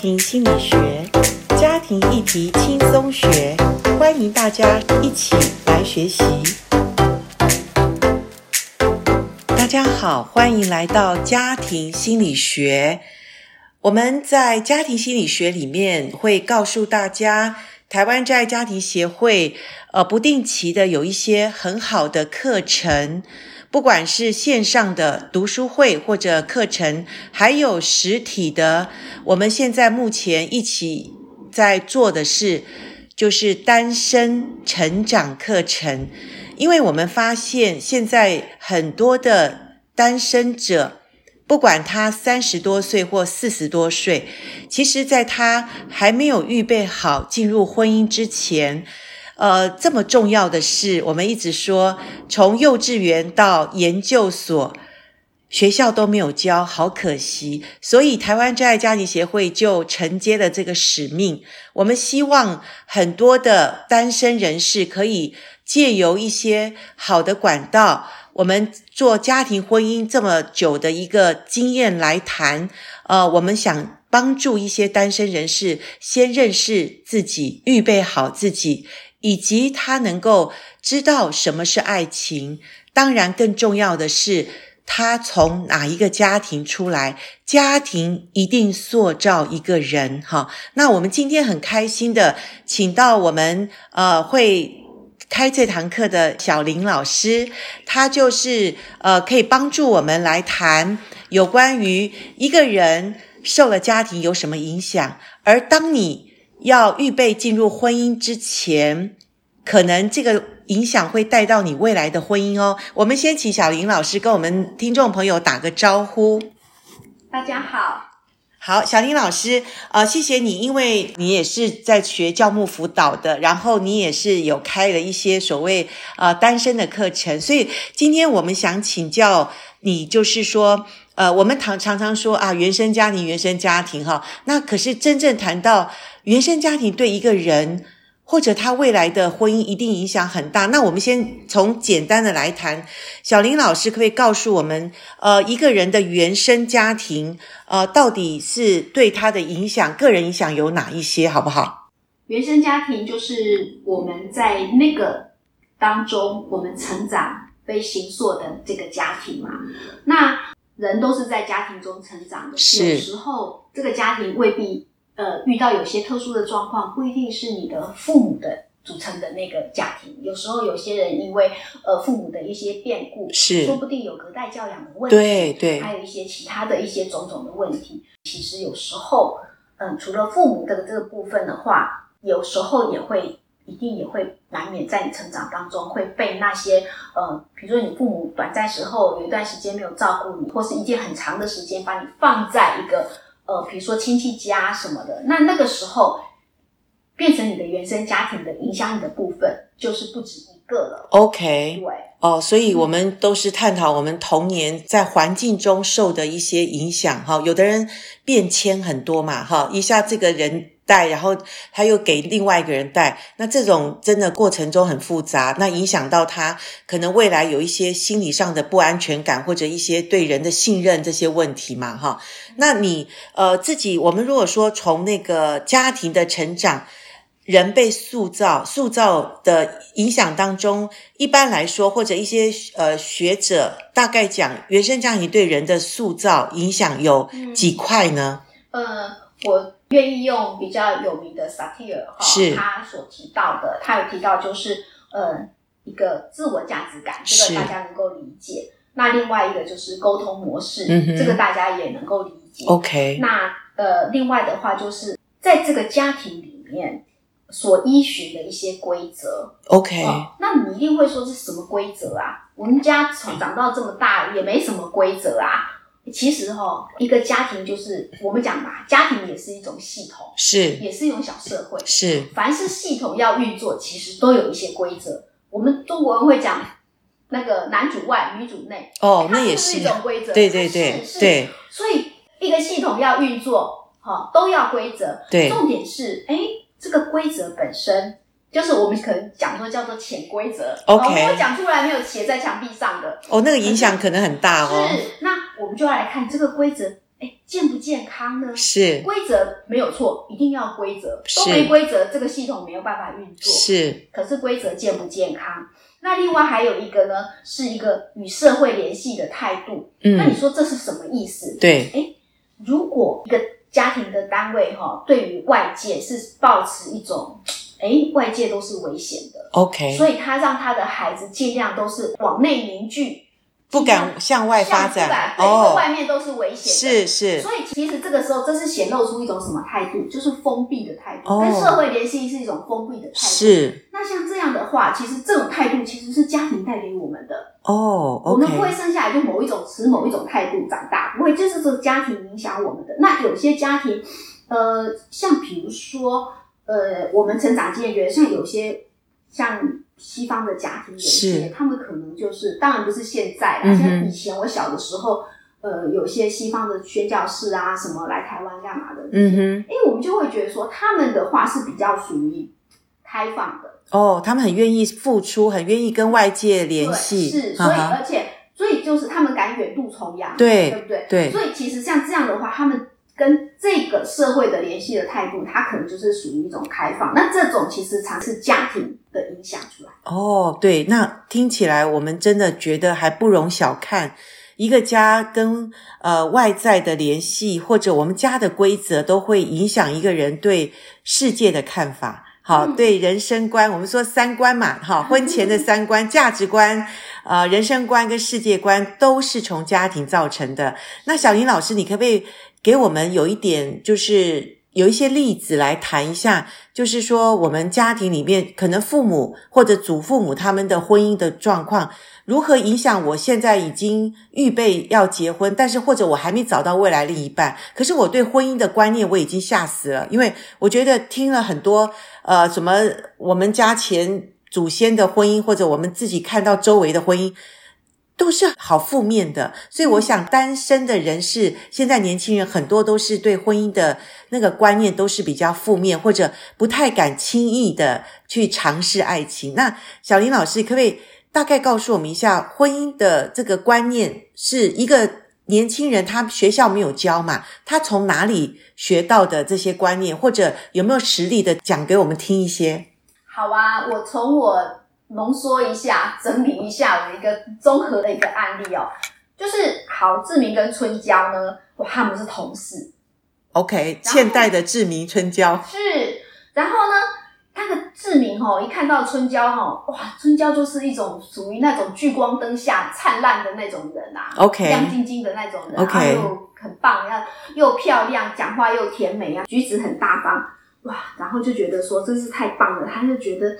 庭心理学，家庭议题轻松学，欢迎大家一起来学习。大家好，欢迎来到家庭心理学。我们在家庭心理学里面会告诉大家，台湾在家庭协会呃不定期的有一些很好的课程。不管是线上的读书会或者课程，还有实体的，我们现在目前一起在做的是，就是单身成长课程，因为我们发现现在很多的单身者。不管他三十多岁或四十多岁，其实，在他还没有预备好进入婚姻之前，呃，这么重要的事，我们一直说，从幼稚园到研究所，学校都没有教，好可惜。所以，台湾真爱家庭协会就承接了这个使命。我们希望很多的单身人士可以借由一些好的管道。我们做家庭婚姻这么久的一个经验来谈，呃，我们想帮助一些单身人士先认识自己，预备好自己，以及他能够知道什么是爱情。当然，更重要的是，他从哪一个家庭出来，家庭一定塑造一个人。哈，那我们今天很开心的，请到我们呃会。开这堂课的小林老师，他就是呃，可以帮助我们来谈有关于一个人受了家庭有什么影响，而当你要预备进入婚姻之前，可能这个影响会带到你未来的婚姻哦。我们先请小林老师跟我们听众朋友打个招呼。大家好。好，小林老师，呃，谢谢你，因为你也是在学教牧辅导的，然后你也是有开了一些所谓呃单身的课程，所以今天我们想请教你，就是说，呃，我们常常常说啊，原生家庭，原生家庭哈，那可是真正谈到原生家庭对一个人或者他未来的婚姻一定影响很大。那我们先从简单的来谈，小林老师可不可以告诉我们，呃，一个人的原生家庭，呃，到底是对他的影响，个人影响有哪一些，好不好？原生家庭就是我们在那个当中，我们成长被形塑的这个家庭嘛。那人都是在家庭中成长的，是有时候这个家庭未必呃遇到有些特殊的状况，不一定是你的父母的组成的那个家庭。有时候有些人因为呃父母的一些变故，是说不定有隔代教养的问题，对对还有一些其他的一些种种的问题。其实有时候，嗯，除了父母的这个部分的话，有时候也会一定也会难免在你成长当中会被那些呃，比如说你父母短暂时候有一段时间没有照顾你，或是一件很长的时间把你放在一个呃，比如说亲戚家什么的，那那个时候变成你的原生家庭的影响你的部分，就是不止一个了。对，OK，，哦，所以我们都是探讨我们童年在环境中受的一些影响哈。有的人变迁很多嘛哈，一下这个人带，然后他又给另外一个人带，那这种真的过程中很复杂，那影响到他可能未来有一些心理上的不安全感，或者一些对人的信任这些问题嘛哈。那你呃自己，我们如果说从那个家庭的成长。人被塑造、塑造的影响当中，一般来说，或者一些呃学者大概讲，原生家庭对人的塑造影响有几块呢？呃，我愿意用比较有名的萨提尔哈，是他所提到的，他有提到就是呃一个自我价值感，这是个大家能够理解。那另外一个就是沟通模式，嗯哼这个大家也能够理解。 OK，那呃，另外的话就是在这个家庭里面所依循的一些规则， OK， 哦，那你一定会说这是什么规则啊？我们家从长到这么大也没什么规则啊。其实哈、哦，一个家庭就是我们讲嘛，家庭也是一种系统，是也是一种小社会。是凡是系统要运作，其实都有一些规则。我们中国人会讲那个男主外女主内，哦，它那也不是是一，种规则，对对对是是对所以一个系统要运作，哈、都要规则。对重点是，哎，这个规则本身就是我们可能讲说叫做潜规则。 OK 哦、我讲出来没有写在墙壁上的。哦，那个影响可能很大哦。是，那我们就要来看这个规则哎，健不健康呢？是规则没有错，一定要规则，都是没规则，这个系统没有办法运作。是可是规则健不健康？那另外还有一个呢，是一个与社会联系的态度。那你嗯，说这是什么意思？对如果一个家庭的单位哈、对于外界是抱持一种，哎，外界都是危险的， ，OK，所以他让他的孩子尽量都是往内凝聚，不敢向外发向出来展对因为哦，外面都是危险是的。是所以其实这个时候，这是显露出一种什么态度？就是封闭的态度，哦跟社会联系是一种封闭的态度。是那像这样的话，其实这种态度其实是家庭带给我们的。哦我们不会，OK，生下来就某一种持某一种态度长大，不会就是这个家庭影响我们的。那有些家庭，呃，像比如说，呃，我们成长经验觉得，像有些像西方的家庭，有些是他们可能就是，当然不是现在啦，嗯哼像以前我小的时候，呃，有些西方的宣教士啊什么来台湾干嘛的，嗯哼，哎，我们就会觉得说他们的话是比较属于开放的。哦，他们很愿意付出，很愿意跟外界联系，对是，所以、呃哈哈，而且所以就是他们敢远渡重洋，对对不对？对所以其实像这样的话，他们跟这个社会的联系的态度，它可能就是属于一种开放。那这种其实常是家庭的影响出来。哦，对，那听起来我们真的觉得还不容小看。一个家跟呃外在的联系，或者我们家的规则，都会影响一个人对世界的看法。好，嗯对人生观，我们说三观嘛，哈，婚前的三观、价值观、呃人生观跟世界观都是从家庭造成的。那小林老师，你可不可以给我们有一点，就是有一些例子来谈一下，就是说我们家庭里面可能父母或者祖父母他们的婚姻的状况，如何影响我现在已经预备要结婚，但是或者我还没找到未来另一半，可是我对婚姻的观念我已经吓死了，因为我觉得听了很多呃什么我们家前祖先的婚姻，或者我们自己看到周围的婚姻。都是好负面的，所以我想，单身的人士，现在年轻人很多都是对婚姻的那个观念都是比较负面，或者不太敢轻易的去尝试爱情。那小林老师，可不可以大概告诉我们一下，婚姻的这个观念是一个年轻人他学校没有教嘛？他从哪里学到的这些观念，或者有没有实例的讲给我们听一些？好啊，我从我浓缩一下，整理一下我一个综合的一个案例哦，就是郝志明跟春娇呢，哇，他们是同事， OK，然后现代的志明春娇是，然后呢，那个志明哦，一看到春娇哦，哇，春娇就是一种属于那种聚光灯下灿烂的那种人啊亮 OK，晶晶的那种人 OK 然后又很棒，然后又漂亮，讲话又甜美啊，举止很大方，哇，然后就觉得说真是太棒了，他就觉得，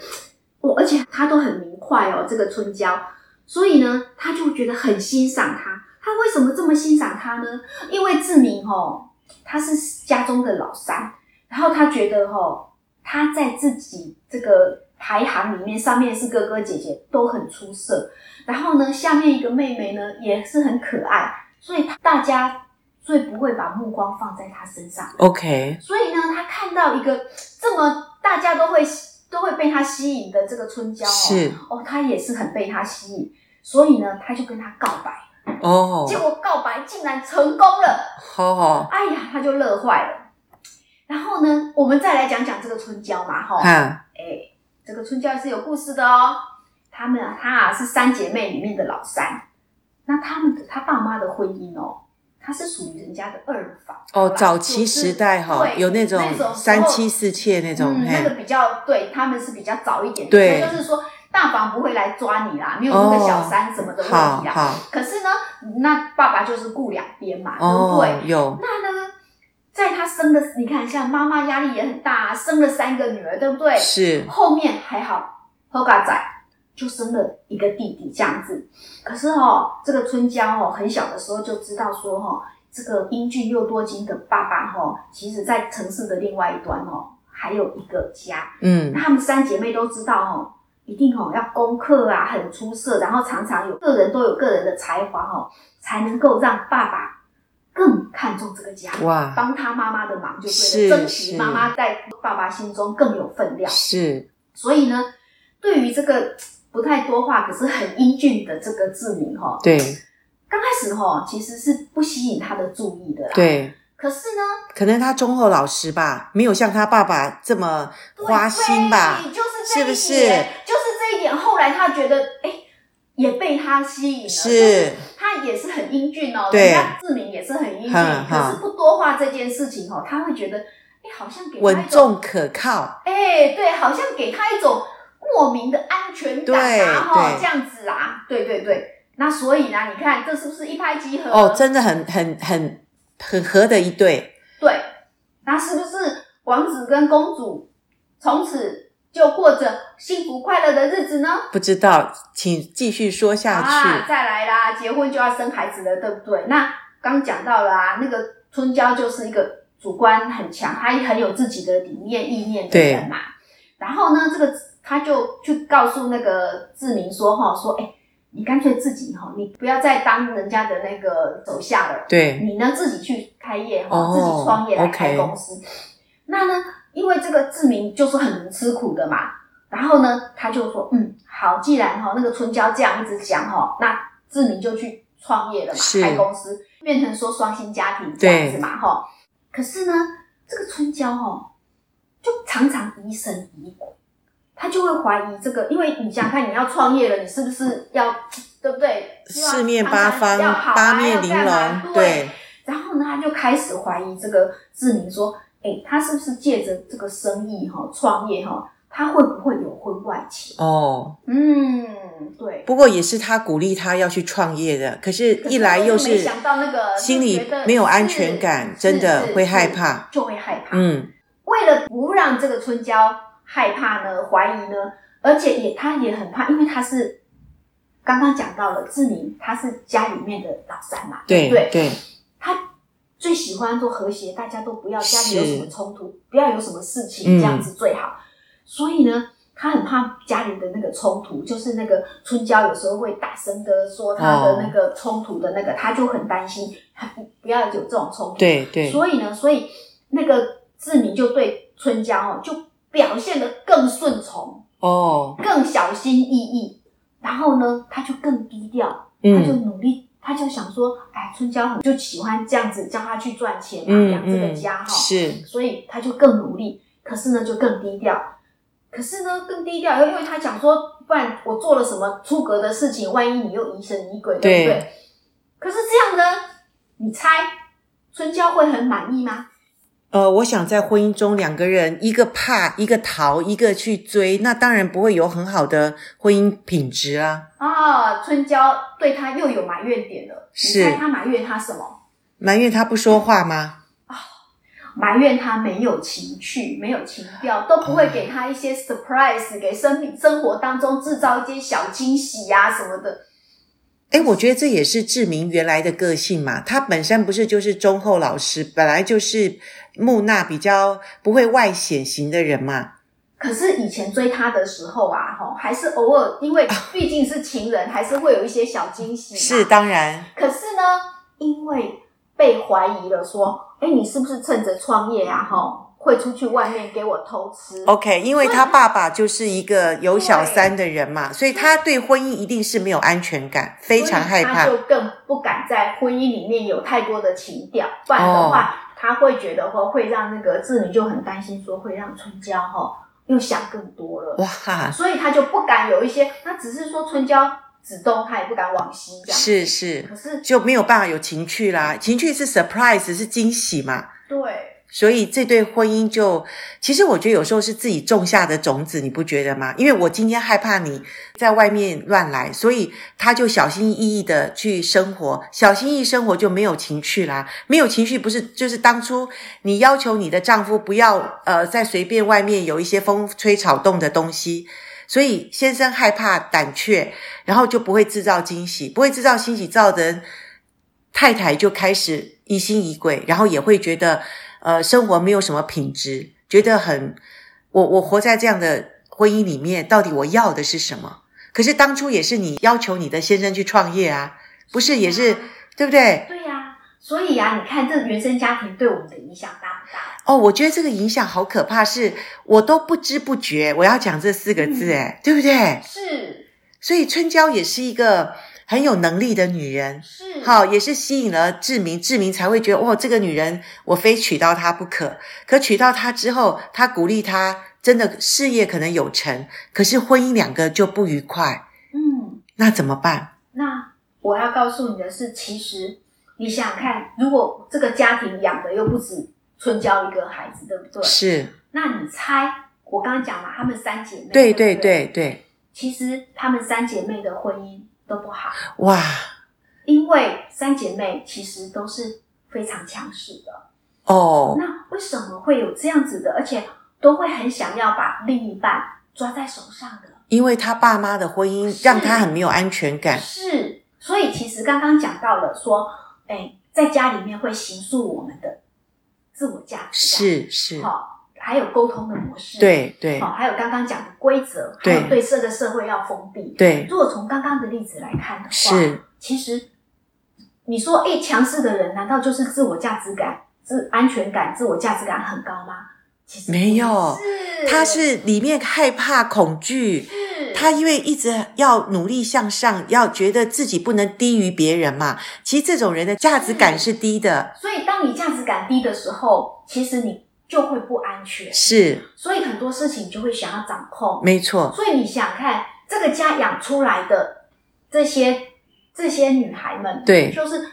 我、而且他都很明快哦，这个春娇，所以呢，他就觉得很欣赏他。他为什么这么欣赏他呢？因为志明哦，他是家中的老三，然后他觉得哦，他在自己这个排行里面，上面是哥哥姐姐都很出色，然后呢，下面一个妹妹呢也是很可爱，所以大家最不会把目光放在他身上。 OK，所以呢，他看到一个这么大家都会都会被他吸引的这个春娇哦，是哦，他也是很被他吸引，所以呢，他就跟他告白，哦结，果告白竟然成功了，好好哎呀，他就乐坏了。然后呢，我们再来讲讲这个春娇嘛，哦哈、哈，哎，这个春娇是有故事的哦。她们啊，她啊是三姐妹里面的老三。那她们的她爸妈的婚姻哦，她是属于人家的二房。哦，好吧早期就是时代哈，对有那种那种三妻时四妾那候种，嗯，那嘿个比较对，他们是比较早一点的，对所以就是说大房不会来抓你啦，没有那个小哦三什么的问题好啦。好，可是呢，那爸爸就是顾两边嘛，对不对？哦，有，那呢，在她生的，你看像妈妈压力也很大、啊，生了三个女儿，对不对？是后面还好，后嘎仔就生了一个弟弟这样子。可是哦，这个春娇哦，很小的时候就知道说哦，这个英俊又多金的爸爸哦，其实在城市的另外一端哦，还有一个家。嗯，那他们三姐妹都知道哦，一定哦要功课啊很出色，然后常常有个人都有个人的才华哦，才能够让爸爸更看重这个家。哇，帮他妈妈的忙就对是了，争取是妈妈在爸爸心中更有分量。是所以呢，对于这个不太多话可是很英俊的这个志明哈、哦，对，刚开始哈、其实是不吸引他的注意的啦。。对，可是呢，可能他忠厚老实吧，没有像他爸爸这么花心吧对，就是这是一不点，是就是这一点。后来他觉得，哎，也被他吸引了，就是是他也是很英俊哦，对人家志明也是很英俊，嗯可是不多话这件事情哦，他会觉得，哎，好像给他一种稳，重可靠，哎，对，好像给他一种莫名的安全感对啊，哈，对这样子啊，对对对。那所以呢，你看这是不是一拍即合？ 哦，真的很很很很合的一对，对，那是不是王子跟公主从此就过着幸福快乐的日子呢？不知道，请继续说下啊，去。再来啦，结婚就要生孩子了，对不对？那刚讲到了啊，那个春娇就是一个主观很强，她很有自己的理念、意念的人嘛。然后呢，这个她就去告诉那个志明说：“哈，说哎，你干脆自己哈，你不要再当人家的那个手下了，对，你呢自己去开业哈，哦自己创业来开 OK 公司。那呢，因为这个志明就是很吃苦的嘛，然后呢，他就说，嗯，好，既然哈、那个春娇这样一直讲哈、那志明就去创业了嘛，是开公司，变成说双薪家庭这对样子嘛哈、可是呢，这个春娇哈、就常常疑神疑鬼。他就会怀疑这个，因为你想想看，你要创业了，你是不是要对不对？四面八方，要好啊八面玲要干嘛珑，对，然后呢，他就开始怀疑这个志明说：“哎，他是不是借着这个生意哈、创业哈、他会不会有婚外情哦。？”嗯，对。不过也是他鼓励他要去创业的，可是可一来又我没是想到那个心就里觉得没有安是全感，是真的是会是害怕。就会害怕。嗯，为了不让这个春娇害怕呢、怀疑呢，而且也他也很怕，因为他是刚刚讲到了志明，他是家里面的老三嘛，对不对对，他最喜欢都和谐，大家都不要家里有是什么冲突，不要有什么事嗯情，这样子最好。所以呢，他很怕家里的那个冲突，就是那个春娇有时候会大声的说他哦的那个冲突的那个，他就很担心，他不不要有这种冲突。对对所以呢，所以那个志明就对春娇哦，就表现得更顺从，哦，更小心翼翼，然后呢，他就更低调，他就嗯努力，他就想说，哎，春娇很就喜欢这样子，叫他去赚钱嘛，嗯养这个嗯家，哈、是所以他就更努力，可是呢就更低调，可是呢更低调，因为他讲说，不然我做了什么出格的事情，万一你又疑神疑鬼，对不对？对可是这样呢，你猜春娇会很满意吗？呃，我想在婚姻中，两个人一个怕，一个逃，一个去追，那当然不会有很好的婚姻品质啊。啊、春娇对他又有埋怨点了，是你猜他埋怨他什么？埋怨他不说话吗？埋怨他没有情趣、没有情调，都不会给他一些 surprise，给生命生活当中制造一些小惊喜呀、什么的。哎，我觉得这也是志明原来的个性嘛。他本身不是就是忠厚老实，本来就是木讷，比较不会外显型的人嘛。可是以前追他的时候啊，吼，还是偶尔，因为毕竟是情人，还是会有一些小惊喜。是，。当然，可是呢，因为被怀疑了，说，哎，你是不是趁着创业啊，吼，会出去外面给我偷吃？ OK，因为他爸爸就是一个有小三的人嘛，所以他对婚姻一定是没有安全感，非常害所以他怕。就更不敢在婚姻里面有太多的情调，不然的哦话，他会觉得会会让那个志明就很担心，说会让春娇哈、又想更多了，哇，所以他就不敢有一些，那只是说春娇指东，他也不敢往西这样。，是是可，是就没有办法有情趣啦。情趣是 surprise，是惊喜嘛。对所以这对婚姻就，其实我觉得有时候是自己种下的种子，你不觉得吗？因为我今天害怕你在外面乱来，所以他就小心翼翼的去生活，小心翼翼生活就没有情趣啦。没有情绪不是就是当初你要求你的丈夫不要呃在随便外面有一些风吹草动的东西，所以先生害怕胆怯，然后就不会制造惊喜，不会制造惊喜，造成太太就开始疑心疑鬼，然后也会觉得呃生活没有什么品质，觉得很我我活在这样的婚姻里面，到底我要的是什么？可是当初也是你要求你的先生去创业啊，不是也是对不对？对呀、所以啊，你看这原生家庭对我们的影响大不大？哦，我觉得这个影响好可怕，是我都不知不觉，我要讲这四个字，嗯哎、对不对？是，所以春娇也是一个很有能力的女人，是好，也是吸引了志明，志明才会觉得哇，这个女人我非娶到她不可。可娶到她之后，他鼓励她，真的事业可能有成，可是婚姻两个就不愉快，嗯，那怎么办？那我要告诉你的是，其实你想想看，如果这个家庭养的又不止春娇一个孩子，对不对？是，那你猜，我刚刚讲嘛，她们三姐妹，对对对对不对，其实她们三姐妹的婚姻都不好，哇，因为三姐妹其实都是非常强势的。哦，那为什么会有这样子的，而且都会很想要把另一半抓在手上的？因为他爸妈的婚姻让他很没有安全感，是，所以其实刚刚讲到了说，哎，在家里面会形塑我们的自我价值感，是是，好、还有沟通的模式，，对对好、还有刚刚讲的规则，还对有对这个社会要封闭。对，如果从刚刚的例子来看的话，是其实你说，哎，强势的人难道就是自我价值感、自安全感、自我价值感很高吗？其实不没有是他是里面害怕恐惧。是他因为一直要努力向上，要觉得自己不能低于别人嘛。其实这种人的价值感是低的，所以当你价值感低的时候，其实你就会不安全，是所以很多事情就会想要掌控。没错，所以你想看这个家养出来的这些这些女孩们，对就是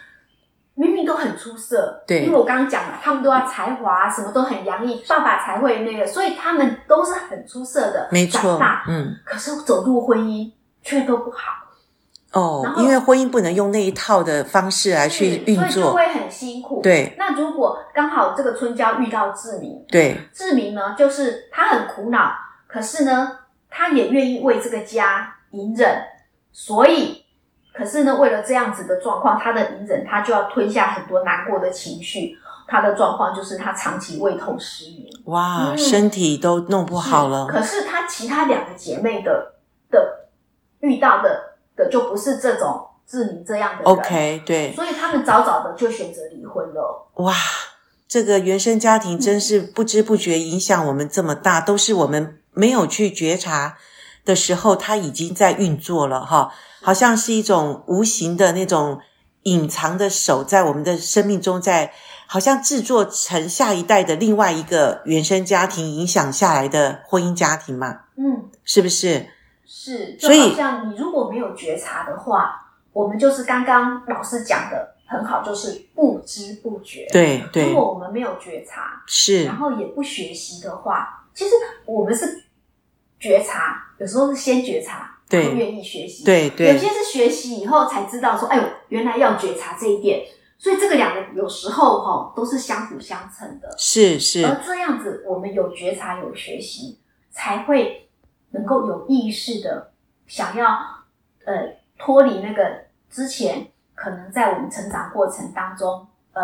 明明都很出色，对因为我刚刚讲了，她们都要才华，什么都很洋溢，爸爸才会那个，所以她们都是很出色的，没长错大，嗯，可是走入婚姻却都不好，然哦，后因为婚姻不能用那一套的方式来去是运所以就作，会很辛苦。，对那如果刚好这个春娇遇到志明，对，志明呢，就是他很苦恼，可是呢，他也愿意为这个家隐忍，所以，可是呢，为了这样子的状况，他的隐忍，他就要吞下很多难过的情绪。他的状况就是他长期胃痛失眠，哇，嗯身体都弄不好了，可是他其他两个姐妹的的遇到的的就不是这种志明这样的人 OK，对，所以他们早早的就选择离婚了。哇，这个原生家庭真是不知不觉影响我们这么大，都是我们没有去觉察的时候，它已经在运作了哈，好像是一种无形的那种隐藏的手，在我们的生命中在。好像制作成下一代的另外一个原生家庭影响下来的婚姻家庭嘛，嗯，是不是？是，就所以好像你如果没有觉察的话，我们就是刚刚老师讲的很好，就是不知不觉。，对对如，果我们没有觉察，是然后也不学习的话，其实我们是觉察，有时候是先觉察，对然后愿意学习。，对有对些是学习以后才知道说，哎呦，原来要觉察这一点。所以这个两个有时候哈、哦、都是相辅相成的。是是而这样子，我们有觉察、有学习，才会能够有意识的想要呃脱离那个之前可能在我们成长过程当中，呃，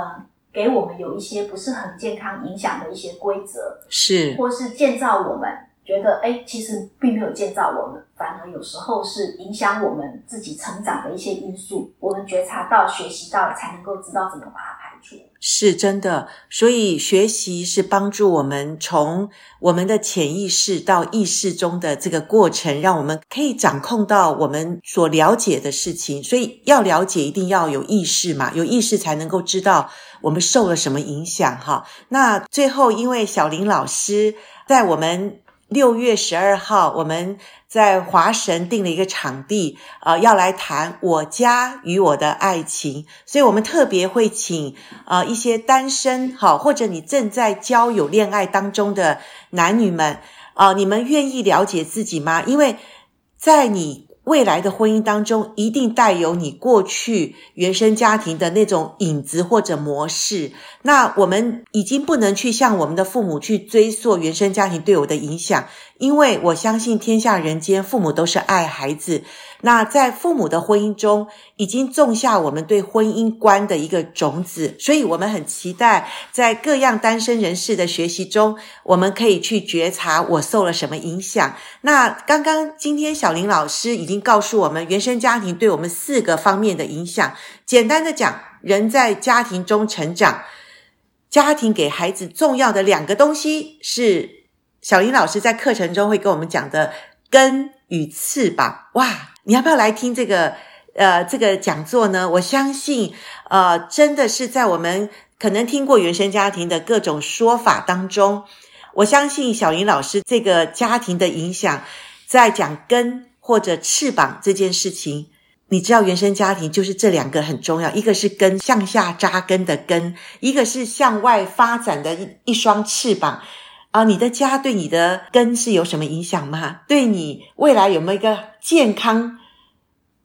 给我们有一些不是很健康影响的一些规则，是，或是建造我们觉得哎、诶其实并没有建造我们，反而有时候是影响我们自己成长的一些因素。我们觉察到、学习到了，才能够知道怎么把它排除。是真的，所以学习是帮助我们从我们的潜意识到意识中的这个过程，让我们可以掌控到我们所了解的事情。所以要了解，一定要有意识嘛，有意识才能够知道我们受了什么影响哈。那最后，因为小林老师在我们六月十二号，我们在华神定了一个场地，呃，要来谈我家与我的爱情，所以我们特别会请呃一些单身好，或者你正在交友恋爱当中的男女们，啊，你们愿意了解自己吗？因为在你未来的婚姻当中，一定带有你过去原生家庭的那种影子或者模式。那我们已经不能去向我们的父母去追溯原生家庭对我的影响，因为我相信天下人间父母都是爱孩子。那在父母的婚姻中，已经种下我们对婚姻观的一个种子，所以我们很期待在各样单身人士的学习中，我们可以去觉察我受了什么影响。那刚刚今天小林老师已经告诉我们，原生家庭对我们四个方面的影响。简单的讲，人在家庭中成长，家庭给孩子重要的两个东西是小林老师在课程中会跟我们讲的根与翅膀。哇，你要不要来听这个呃这个讲座呢，我相信呃真的是在我们可能听过原生家庭的各种说法当中，我相信小云老师这个家庭的影响，在讲根或者翅膀这件事情，你知道原生家庭就是这两个很重要，一个是根向下扎根的根，一个是向外发展的一一双翅膀。啊，你的家对你的根是有什么影响吗？对你未来有没有一个健康、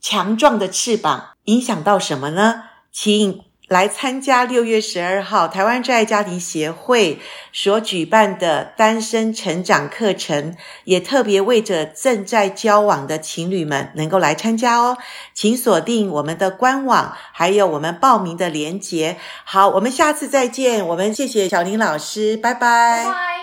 强壮的翅膀，影响到什么呢？请来参加六月十二号台湾真爱家庭协会所举办的单身成长课程，也特别为着正在交往的情侣们能够来参加哦。请锁定我们的官网，还有我们报名的链接。好，我们下次再见。我们谢谢小林老师，拜拜拜。